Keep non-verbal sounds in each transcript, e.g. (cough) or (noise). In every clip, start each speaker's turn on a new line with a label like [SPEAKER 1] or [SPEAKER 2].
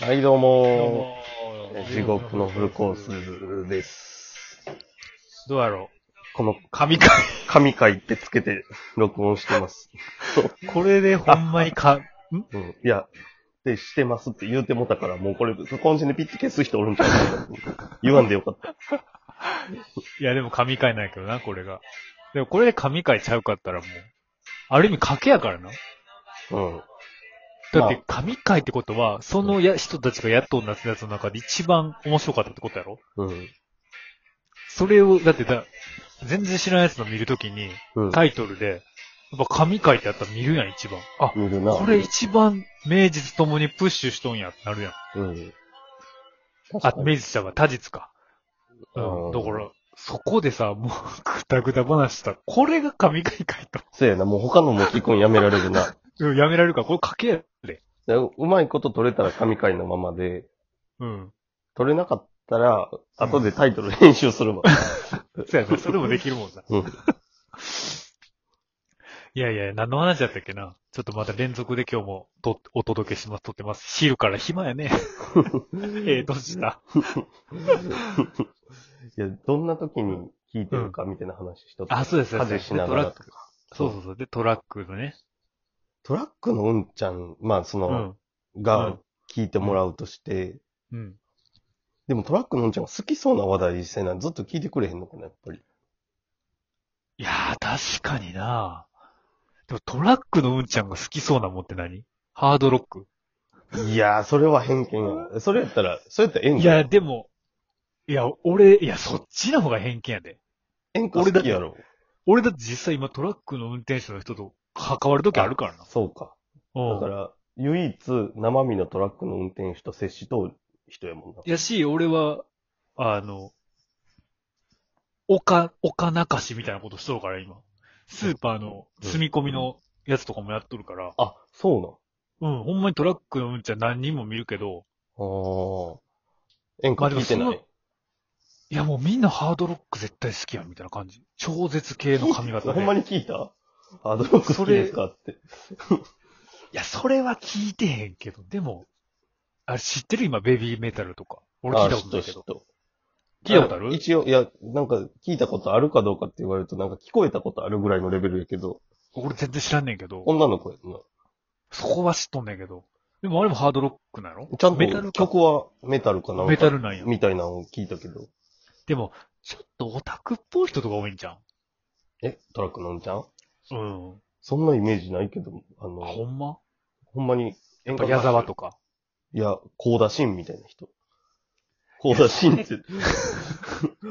[SPEAKER 1] はい、どう
[SPEAKER 2] どう
[SPEAKER 1] も
[SPEAKER 2] も
[SPEAKER 1] ー。 (laughs) 地獄のフルコースです。
[SPEAKER 2] どうやろ
[SPEAKER 1] この
[SPEAKER 2] う神回。
[SPEAKER 1] 神回ってつけて録音してます。
[SPEAKER 2] これでほんまにか、
[SPEAKER 1] うん。いや、で、してますって言うてもたから、もうこれ、今週でピッチ消す人おるんちゃうかな言わんでよかった。
[SPEAKER 2] いやでも神回なんやけどな、これが。でもこれで神回ちゃうかったらもう、ある意味賭けやからな。
[SPEAKER 1] うん。
[SPEAKER 2] だって神回ってことは、そのや人たちがやっとんなやつの中で一番面白かったってことやろ
[SPEAKER 1] うん。
[SPEAKER 2] それを、だってだ、全然知らないやつの見るときに、
[SPEAKER 1] うん。
[SPEAKER 2] タイトルで、やっぱ神回ってやったら見るやん、一番。あ、
[SPEAKER 1] 見るな。
[SPEAKER 2] これ一番名実ともにプッシュしとんや、なるやん。
[SPEAKER 1] うん。
[SPEAKER 2] あ
[SPEAKER 1] 確、かに
[SPEAKER 2] 明治ちゃんが他実か。
[SPEAKER 1] う
[SPEAKER 2] うんん。だから、そこでさ、もう、 (laughs) ぐだぐだ話したら。これが神回かい
[SPEAKER 1] そうやな、もう他のも聞くんやめられるな。
[SPEAKER 2] と。 (laughs) うんやめられるから、これ賭けやで。
[SPEAKER 1] でうまいこと取れたら神回のままで、
[SPEAKER 2] うん。
[SPEAKER 1] 取れなかったら、後でタイトル編集す
[SPEAKER 2] (laughs)
[SPEAKER 1] るわ。
[SPEAKER 2] そ
[SPEAKER 1] (laughs)
[SPEAKER 2] うやな、それもできるもんな。
[SPEAKER 1] うん
[SPEAKER 2] (laughs) いやいや、何の話だったっけな。ちょっとまた連続で今日もとお届けします、撮ってます。昼から暇
[SPEAKER 1] (laughs)
[SPEAKER 2] やね。ええどうした
[SPEAKER 1] いや、どんな時に聞いてるかみたいな話しとった。
[SPEAKER 2] あ、そうです、そう
[SPEAKER 1] 家
[SPEAKER 2] で
[SPEAKER 1] 事
[SPEAKER 2] す。
[SPEAKER 1] し
[SPEAKER 2] で
[SPEAKER 1] な
[SPEAKER 2] ト
[SPEAKER 1] が
[SPEAKER 2] ラ
[SPEAKER 1] ら
[SPEAKER 2] ッ
[SPEAKER 1] と
[SPEAKER 2] ク。
[SPEAKER 1] か。
[SPEAKER 2] そうそうそう。で、トラックのね。
[SPEAKER 1] トラックのうんちゃん、まあそうの、
[SPEAKER 2] ん。う
[SPEAKER 1] が
[SPEAKER 2] ん
[SPEAKER 1] 聞いてもらうとして、
[SPEAKER 2] うん。
[SPEAKER 1] でもトラックのうんちゃんが好きそうな話題せな、ずっと聞いてくれへんのかな、やっぱり。
[SPEAKER 2] いやー、確かになでもトラックのうんちゃんが好きそうなもんって何ハードロック (laughs)
[SPEAKER 1] いやー、それは偏見や (laughs) な。それやったら、それやったらええん
[SPEAKER 2] い
[SPEAKER 1] か
[SPEAKER 2] や、でも、いや、俺、いや、そっちの方が偏見やで。
[SPEAKER 1] 演歌好きやろ。
[SPEAKER 2] 俺だって実際今トラックの運転手の人と関わる時あるからな。
[SPEAKER 1] そうか。だか
[SPEAKER 2] うん。
[SPEAKER 1] ら、唯一生身のトラックの運転手と接しとう人やもんな。
[SPEAKER 2] やし、俺は、あの、岡、岡中しみたいなことしとるから、今。スーパーの積み込みのやつとかもやっとるから。
[SPEAKER 1] あ、そうなん。
[SPEAKER 2] うん、ほんまにトラックのうんちゃん何人も見るけど、
[SPEAKER 1] あー。演歌
[SPEAKER 2] まあで
[SPEAKER 1] 聞
[SPEAKER 2] も
[SPEAKER 1] いてない。
[SPEAKER 2] そのいや、もうみんなハードロック絶対好きやん、みたいな感じ。超絶系の髪型
[SPEAKER 1] (laughs)
[SPEAKER 2] で。
[SPEAKER 1] ほんま
[SPEAKER 2] に。
[SPEAKER 1] に聞いたあ、ドロック好きですかって。
[SPEAKER 2] いや、それは聞いてへんけど、でも、あれ知ってる今、ベビーメタルとか。俺聞いたことないけ
[SPEAKER 1] あ
[SPEAKER 2] ど。
[SPEAKER 1] と。
[SPEAKER 2] 聞いたことある
[SPEAKER 1] 一応、いや、なんか聞いたことあるかどうかって言われると、なんか聞こえたことあるぐらいのレベルやけど、
[SPEAKER 2] 俺全然知らんねんけど、
[SPEAKER 1] 女の子やんな。
[SPEAKER 2] そこは知っとんねんけど。でもあれもハードロックなの
[SPEAKER 1] ちゃん
[SPEAKER 2] メタ
[SPEAKER 1] と
[SPEAKER 2] ルか
[SPEAKER 1] 曲はメタルかなん
[SPEAKER 2] メタ
[SPEAKER 1] か、
[SPEAKER 2] ルなんや。
[SPEAKER 1] みたいなのを聞いたけど。
[SPEAKER 2] でも、ちょっとオタクっぽい人とか多いんじゃん。
[SPEAKER 1] え、トラックのんちゃん
[SPEAKER 2] うん。あ、
[SPEAKER 1] そんなイメージないけど、あの、
[SPEAKER 2] ほんま
[SPEAKER 1] ほんまに
[SPEAKER 2] や
[SPEAKER 1] 演歌
[SPEAKER 2] っぱ
[SPEAKER 1] 歌手、
[SPEAKER 2] 矢沢とか。
[SPEAKER 1] いや、コーダシンみたいな人。コーダシ
[SPEAKER 2] (laughs)
[SPEAKER 1] ンって、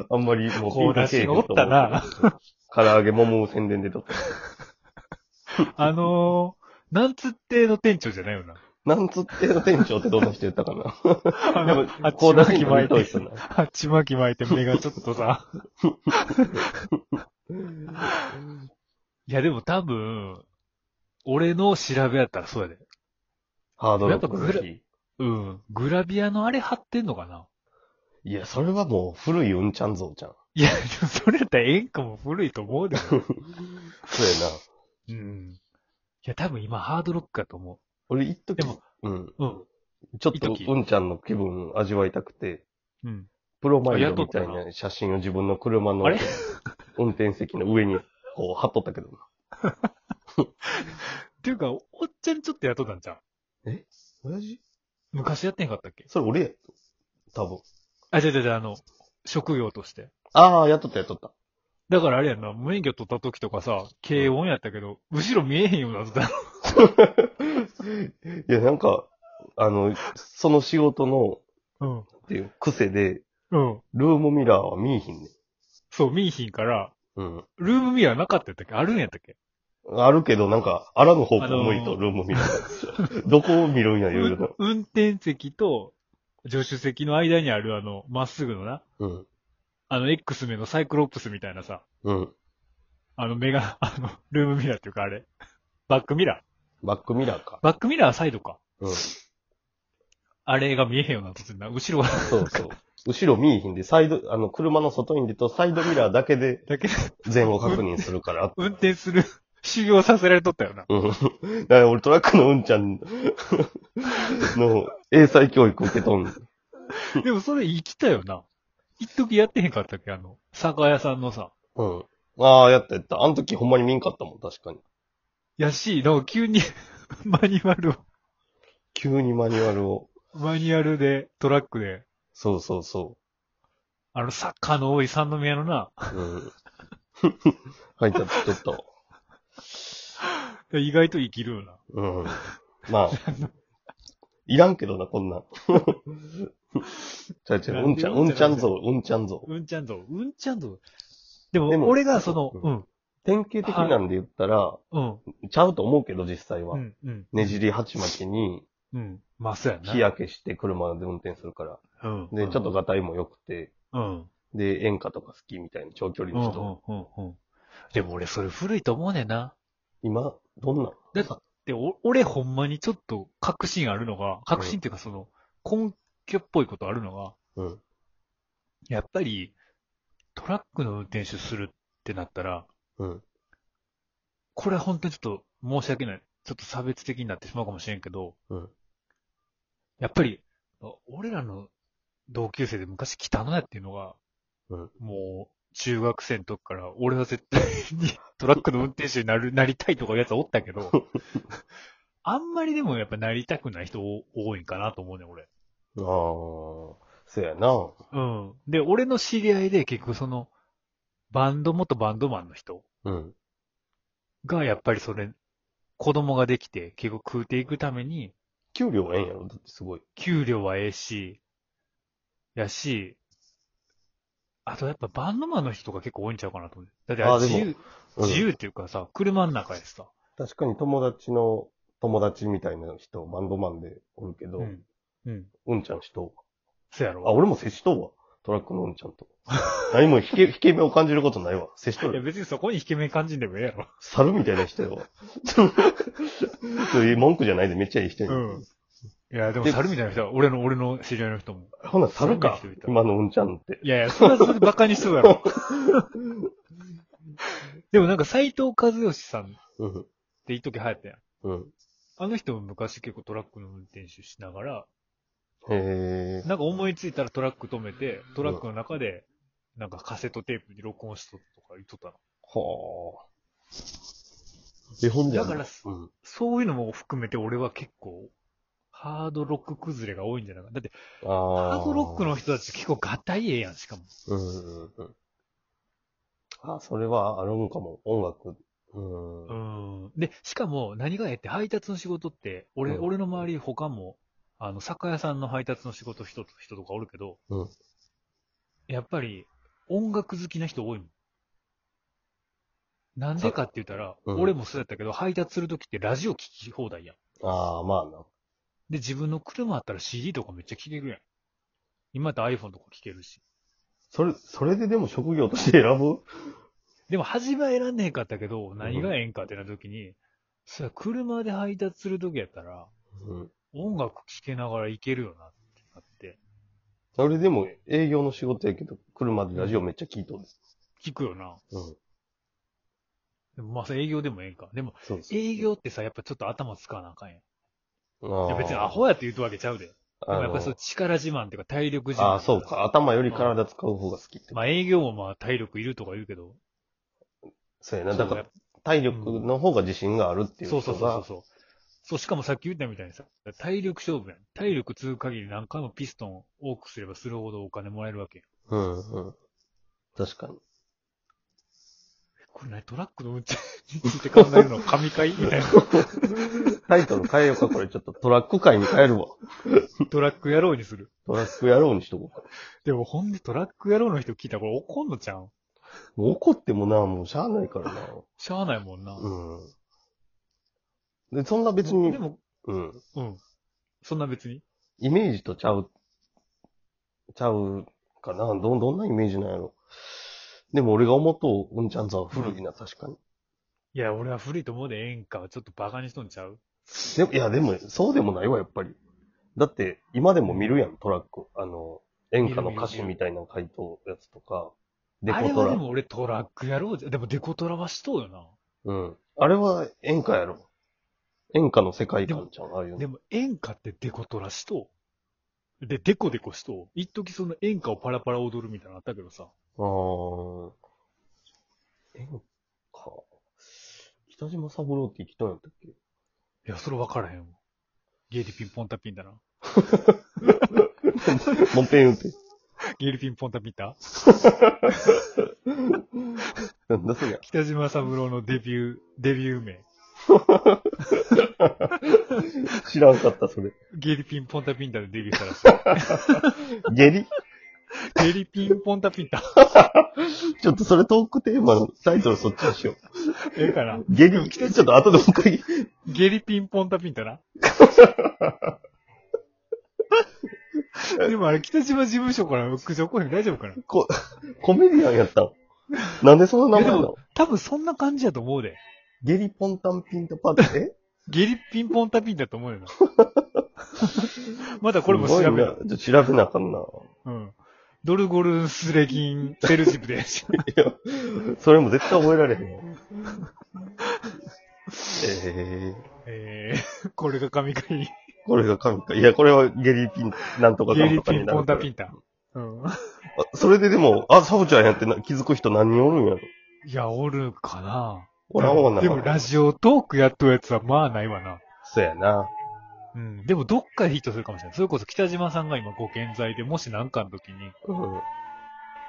[SPEAKER 1] あんまりもう
[SPEAKER 2] コーダシ
[SPEAKER 1] ピとけえ
[SPEAKER 2] ン
[SPEAKER 1] へんと思うけど。唐揚げ桃宣伝でとった。
[SPEAKER 2] あのー、なんつっての店長じゃないよな。
[SPEAKER 1] なんつっての店長ってどんな人やったかな
[SPEAKER 2] (laughs) あ
[SPEAKER 1] で
[SPEAKER 2] の
[SPEAKER 1] も、
[SPEAKER 2] あっ
[SPEAKER 1] コー
[SPEAKER 2] ち
[SPEAKER 1] ダ
[SPEAKER 2] ま
[SPEAKER 1] シン
[SPEAKER 2] き
[SPEAKER 1] の
[SPEAKER 2] 巻い
[SPEAKER 1] 人
[SPEAKER 2] て
[SPEAKER 1] 人、な。
[SPEAKER 2] あっちまき巻いて目がちょっとさ。 (laughs) いや、でも多分、俺の調べやったらそうやで。
[SPEAKER 1] ハードロックの日。
[SPEAKER 2] うん。グラビアのあれ貼ってんのかない
[SPEAKER 1] や、それはもう古いうんちゃん像じゃん。
[SPEAKER 2] いや、でもそれやったら演歌も古いと思うで。
[SPEAKER 1] そうや
[SPEAKER 2] (laughs)
[SPEAKER 1] な。
[SPEAKER 2] うん。いや、多分今ハードロックかと思
[SPEAKER 1] 俺、一時
[SPEAKER 2] でも
[SPEAKER 1] うん。
[SPEAKER 2] う。うん。
[SPEAKER 1] ちょっ
[SPEAKER 2] 一
[SPEAKER 1] と
[SPEAKER 2] 時
[SPEAKER 1] うんちゃんの気分を味わいたくて、
[SPEAKER 2] うん。
[SPEAKER 1] プロマイドみたい
[SPEAKER 2] あやっと
[SPEAKER 1] な写真を自分の車の
[SPEAKER 2] あれ
[SPEAKER 1] (laughs) 運転席の上にこう貼っとったけどな。
[SPEAKER 2] っていうか、おっちゃんちょっとやっとったんじゃん。
[SPEAKER 1] 親父
[SPEAKER 2] 昔やってんかったっけ
[SPEAKER 1] それ俺やと。多分。
[SPEAKER 2] あ、違う違う違う、あの、職業として。
[SPEAKER 1] ああ、やっとったやっとった。 (laughs)
[SPEAKER 2] だからあれやんな、無免許取った時とかさ、軽音やったけど、後ろ見えへんようになってた。
[SPEAKER 1] いや、なんか、あの、その仕事の、
[SPEAKER 2] うん。
[SPEAKER 1] っていう癖で、
[SPEAKER 2] うん。
[SPEAKER 1] ルームミラーは見えひんねん。
[SPEAKER 2] そう、見えひんから、
[SPEAKER 1] うん。
[SPEAKER 2] ルームミラーなかったやったっけあるんやったっけ
[SPEAKER 1] あるけど、なんか、あらぬ方向向い
[SPEAKER 2] あ
[SPEAKER 1] と、
[SPEAKER 2] のー
[SPEAKER 1] ルーム見る。どこを見るんや、言うの。
[SPEAKER 2] 運転席と助手席の間にあるあの、まっすぐのな、
[SPEAKER 1] うん。
[SPEAKER 2] あの、X 目のサイクロプスみたいなさ、
[SPEAKER 1] うん。
[SPEAKER 2] あの、目が、 (laughs) あの、ルームミラーっていうかあれ。バックミラ
[SPEAKER 1] バックミラーか
[SPEAKER 2] ー。。バックミラーはサイドか。 (laughs)
[SPEAKER 1] うん。
[SPEAKER 2] あれが見えへんようになってたな。後ろが
[SPEAKER 1] そうそう。後ろ見えひんで、サイド、あの、車の外に出ると、サイドミラーだけで
[SPEAKER 2] だけで
[SPEAKER 1] 前後確認するから、
[SPEAKER 2] 運転する (laughs) 修行させられとったよな。
[SPEAKER 1] うん。だから俺トラックのうんちゃんの英才教育受けとんねん。
[SPEAKER 2] でもそれ生きたよな。一時やってへんかったっけあの、酒屋さんのさ。
[SPEAKER 1] うん。ああ、やったやった。あの時ほんまに見んかったもん、確かに。
[SPEAKER 2] やし、なんか急に、 (laughs) マニュアルを、
[SPEAKER 1] 急にマニュアルを。
[SPEAKER 2] マニュアルで、トラックで、
[SPEAKER 1] そうそうそ
[SPEAKER 2] あの、サッカーの多い三宮のな、 (laughs)
[SPEAKER 1] う。うん。 (laughs) 入ったちょっと。
[SPEAKER 2] 意外と生きるよな。
[SPEAKER 1] うん。
[SPEAKER 2] (laughs)
[SPEAKER 1] まあ。いらんけどな、こんなん。
[SPEAKER 2] (laughs)
[SPEAKER 1] ちゃうちゃう、うんちゃん、うんちゃん像、うんちゃん像。
[SPEAKER 2] うんちゃんぞ、うんちゃんぞ。でも、
[SPEAKER 1] でも
[SPEAKER 2] 俺がその、
[SPEAKER 1] う
[SPEAKER 2] うん、
[SPEAKER 1] 典型的なんで言ったら、
[SPEAKER 2] うん、
[SPEAKER 1] ちゃうと思うけど、実際は。
[SPEAKER 2] うん、うん、
[SPEAKER 1] ねじり鉢巻きに、
[SPEAKER 2] うん。まあ、そうやな。
[SPEAKER 1] 日焼けして車で運転するから。
[SPEAKER 2] うん。
[SPEAKER 1] で、ちょっと、がたいも良くて、
[SPEAKER 2] うん。
[SPEAKER 1] で、演歌とか好きみたいな長距離
[SPEAKER 2] うん、う
[SPEAKER 1] の
[SPEAKER 2] ん
[SPEAKER 1] 人。、
[SPEAKER 2] うんうん。でも俺、それ古いと思うねんな。
[SPEAKER 1] 今、どんなん
[SPEAKER 2] だって、お俺ほんまにちょっと確信あるのが、確信っていうかその、根拠っぽいことあるのが、
[SPEAKER 1] うん。
[SPEAKER 2] やっぱり、トラックの運転手するってなったら、
[SPEAKER 1] うん。
[SPEAKER 2] これは本当にちょっと申し訳ない。ちょっと差別的になってしまうかもしれんけど、
[SPEAKER 1] うん
[SPEAKER 2] やっぱり、俺らの同級生で昔来たのやっていうのが、
[SPEAKER 1] うん
[SPEAKER 2] もう、中学生の時から、俺は絶対に (laughs) トラックの運転手になる、なりたいとかいうやつはおったけど、
[SPEAKER 1] (laughs)
[SPEAKER 2] あんまりでもやっぱなりたくない人多いんかなと思うね、俺。
[SPEAKER 1] ああ、そうやな。
[SPEAKER 2] うん。で、俺の知り合いで結局その、バンド、元バンドマンの人
[SPEAKER 1] うん。
[SPEAKER 2] がやっぱりそれ、子供ができて結局食うていくために、
[SPEAKER 1] 給料ええんやろだってすごい。
[SPEAKER 2] 給料はええし、やし、あとやっぱバンドマンの人が結構多いんちゃうかなと思う。だってあ
[SPEAKER 1] あ
[SPEAKER 2] れ
[SPEAKER 1] でも
[SPEAKER 2] 自由、
[SPEAKER 1] うん
[SPEAKER 2] 自由っていうかさ、車の中でさ、
[SPEAKER 1] 確かに友達の友達みたいな人、バンドマンでおるけど、
[SPEAKER 2] う
[SPEAKER 1] うん、
[SPEAKER 2] ん。うん。
[SPEAKER 1] ちゃんしとう
[SPEAKER 2] そうや
[SPEAKER 1] わ。あ、
[SPEAKER 2] ろ。
[SPEAKER 1] 俺も接しとうわ。トラックのうんちゃんと。 (laughs) 何も引け、引け目を感じることないわ。接しと
[SPEAKER 2] いや
[SPEAKER 1] る。
[SPEAKER 2] 別にそこに引け目感じんでもええやろ。
[SPEAKER 1] 猿みたいな人やわ。そういう文句じゃないでめっちゃいい人や、
[SPEAKER 2] うん。いや、でも
[SPEAKER 1] で
[SPEAKER 2] 猿みたいな人は、俺の、俺の知り合いの人も。
[SPEAKER 1] ほな、猿か
[SPEAKER 2] 猿みたいな人い。た
[SPEAKER 1] 今のうんちゃんって。
[SPEAKER 2] いやいや、それはそれでバカにしそう
[SPEAKER 1] (laughs)
[SPEAKER 2] やろ。でもなんか斎藤和義さんっ
[SPEAKER 1] うん。
[SPEAKER 2] て一時流行ったやん。
[SPEAKER 1] うん。
[SPEAKER 2] あの人も昔結構トラックの運転手しながら、
[SPEAKER 1] へえ。
[SPEAKER 2] なんか思いついたらトラック止めて、トラックの中で、なんかカセットテープに録音しとったとか言っとったの。
[SPEAKER 1] はあ。日本じゃん。
[SPEAKER 2] だから
[SPEAKER 1] うん。
[SPEAKER 2] そういうのも含めて俺は結構、ハードロック崩れが多いんじゃないか。だって、
[SPEAKER 1] ああ。
[SPEAKER 2] ハードロックの人たち結構ガタイええやん、しかも。
[SPEAKER 1] うんうんうん。あ、それはあるんかも。音楽。うん。
[SPEAKER 2] うん。で、しかも何がええって配達の仕事って、俺、
[SPEAKER 1] うん
[SPEAKER 2] 俺の周り他も、あの、酒屋さんの配達の仕事人と、人とかおるけど、
[SPEAKER 1] うん
[SPEAKER 2] やっぱり音楽好きな人多いもん。なんでかって言ったら、
[SPEAKER 1] うん
[SPEAKER 2] 俺もそうやったけど、配達するときってラジオ聴き放題やん。
[SPEAKER 1] ああ、まあな。
[SPEAKER 2] で、自分の車あったら CD とかめっちゃ聴けるやん。今だって iPhone とか聴けるし。
[SPEAKER 1] それ、それででも職業として選ぶ
[SPEAKER 2] でも、初めは選んねえかったけど、何がええんかってなったときに、そりゃ車で配達するときやったら、
[SPEAKER 1] うん。
[SPEAKER 2] 音楽聴けながらいけるよなってなって、
[SPEAKER 1] それでも営業の仕事やけど、車でラジオめっちゃ聞いとる。
[SPEAKER 2] 聞くよな。
[SPEAKER 1] うん。
[SPEAKER 2] でもまあ、それ営業でもええんか。でも、
[SPEAKER 1] そうそう。
[SPEAKER 2] 営業ってさ、やっぱちょっと頭使わなあかんやん。い
[SPEAKER 1] あ
[SPEAKER 2] や別にアホやって言うとわけちゃうで。でもやっぱそうう力自慢っていうか体力自慢。
[SPEAKER 1] ああ、そう。か。頭より体使う方が好きって。
[SPEAKER 2] まあ営業もまあ体力いるとか言うけど。
[SPEAKER 1] そうやな。だか
[SPEAKER 2] そうや
[SPEAKER 1] ら、体力の方が自信があるっていう
[SPEAKER 2] そうそ
[SPEAKER 1] 人
[SPEAKER 2] うそう
[SPEAKER 1] が、
[SPEAKER 2] そう。そう、しかもさっき言ったみたいにさ、体力勝負やん。体力つう限り何回もピストン多くすればするほどお金もらえるわけやん。
[SPEAKER 1] うんうん。確かに。
[SPEAKER 2] これ何トラックの運転について考えるの神回
[SPEAKER 1] (laughs)
[SPEAKER 2] みたいな。
[SPEAKER 1] タイトル変えようか、これちょっとトラック界に変えるわ。
[SPEAKER 2] トラック野郎にする。
[SPEAKER 1] トラック野郎にしとこうか。
[SPEAKER 2] でもほんでトラック野郎の人聞いたらこれ怒んのちゃうん
[SPEAKER 1] もう怒ってもな、もうしゃあないからな。
[SPEAKER 2] しゃあないもんな。
[SPEAKER 1] うん。で、そんな別に、
[SPEAKER 2] でも、
[SPEAKER 1] うん。
[SPEAKER 2] うん。そんな別に。
[SPEAKER 1] イメージとちゃう、ちゃうかな。ど、どんなイメージなんやろ。でも俺が思うと、うんちゃんさんは古いな、確かに。
[SPEAKER 2] いや、俺は古いと思うで、演歌はちょっとバカにしとんちゃう
[SPEAKER 1] でも、いや、でも、そうでもないわ、やっぱり。だって、今でも見るやん、トラック。あの、演歌の歌詞みたいな回答やつとか、デ
[SPEAKER 2] あれ
[SPEAKER 1] コ
[SPEAKER 2] は
[SPEAKER 1] ト
[SPEAKER 2] で
[SPEAKER 1] ラ。
[SPEAKER 2] も俺トラック野郎じゃ、でもデコトラはしとうよな。
[SPEAKER 1] うん。あれは演歌やろ。演歌の世界観じゃん、ああいう
[SPEAKER 2] で
[SPEAKER 1] の。
[SPEAKER 2] も演歌ってデコトラしと、で、デコデコしと、一時その演歌をパラパラ踊るみたいなのあったけどさ、
[SPEAKER 1] ああ。演歌。北島三郎って行きたいんやったっけ
[SPEAKER 2] いや、それ分からへんわ。ゲイリピンポンタピンだな。
[SPEAKER 1] (laughs) もっぺん言うて。
[SPEAKER 2] ゲイリピンポンタピンタ
[SPEAKER 1] (laughs) なんだそりゃ。
[SPEAKER 2] 北島三郎のデビュー、デビュー名。
[SPEAKER 1] 知らんかった、それ。
[SPEAKER 2] ゲイリピンポンタピンタでデビューしたらしい
[SPEAKER 1] 下痢
[SPEAKER 2] ゲイリピンポンタピンタ。 (laughs)
[SPEAKER 1] ちょっとそれトークテーマのタイトルそっちにしよう。
[SPEAKER 2] ええかな
[SPEAKER 1] 下痢ちょっと後でもう一回。
[SPEAKER 2] ゲリピンポンタピン
[SPEAKER 1] (laughs)
[SPEAKER 2] タな。でもあれ、北島事務所から苦情来へん大丈夫かな
[SPEAKER 1] こ、コメディアンやったんなんでそんな名前なの
[SPEAKER 2] 多分そんな感じやと思うで。
[SPEAKER 1] ゲリポンタンピンタパーティー。え
[SPEAKER 2] ゲリピンポンタピンだと思うよな。 (laughs) ま (laughs) だこれも調
[SPEAKER 1] すご
[SPEAKER 2] べ
[SPEAKER 1] いな
[SPEAKER 2] る。
[SPEAKER 1] ちょっと調べなあかんな。
[SPEAKER 2] うん。ドルゴルンスレギンセルジブで。 (laughs)
[SPEAKER 1] それも絶対覚えられへんよ。ええ
[SPEAKER 2] えー、これが神回。
[SPEAKER 1] これが神か。いや、これはゲリピン、なんとか
[SPEAKER 2] ゲ
[SPEAKER 1] かん
[SPEAKER 2] リ
[SPEAKER 1] とか
[SPEAKER 2] ピ
[SPEAKER 1] に
[SPEAKER 2] ン
[SPEAKER 1] な
[SPEAKER 2] ポ
[SPEAKER 1] る
[SPEAKER 2] ン
[SPEAKER 1] か
[SPEAKER 2] タ
[SPEAKER 1] ら
[SPEAKER 2] ピンタ。うん。
[SPEAKER 1] あそれででも、あ、サボちゃんやってな気づく人何人おるんやろ。
[SPEAKER 2] いや、おるかな。
[SPEAKER 1] おらんわな。
[SPEAKER 2] でもラジオトークやっとるやつはまあないわな。
[SPEAKER 1] そうやな。
[SPEAKER 2] うん。でもどっかでヒットするかもしれない。それこそ北島さんが今ご健在で、もし何かの時に、
[SPEAKER 1] うん。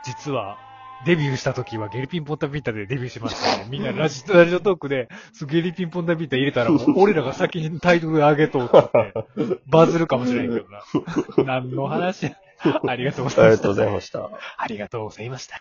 [SPEAKER 2] 実は、デビューした時はゲリピンポンタピンタでデビューしました、ね。みん
[SPEAKER 1] (laughs)
[SPEAKER 2] なラジラジオトークで、そうゲリピンポンタピンタ入れたら、もう俺らが先にタイトル上げとうって言って、バズるかもしれ
[SPEAKER 1] (laughs)
[SPEAKER 2] んけどな。何の話やありがとうご
[SPEAKER 1] あ
[SPEAKER 2] ざ
[SPEAKER 1] りが
[SPEAKER 2] いまし
[SPEAKER 1] とう
[SPEAKER 2] た
[SPEAKER 1] ご。ざいました。
[SPEAKER 2] ありがとうございました。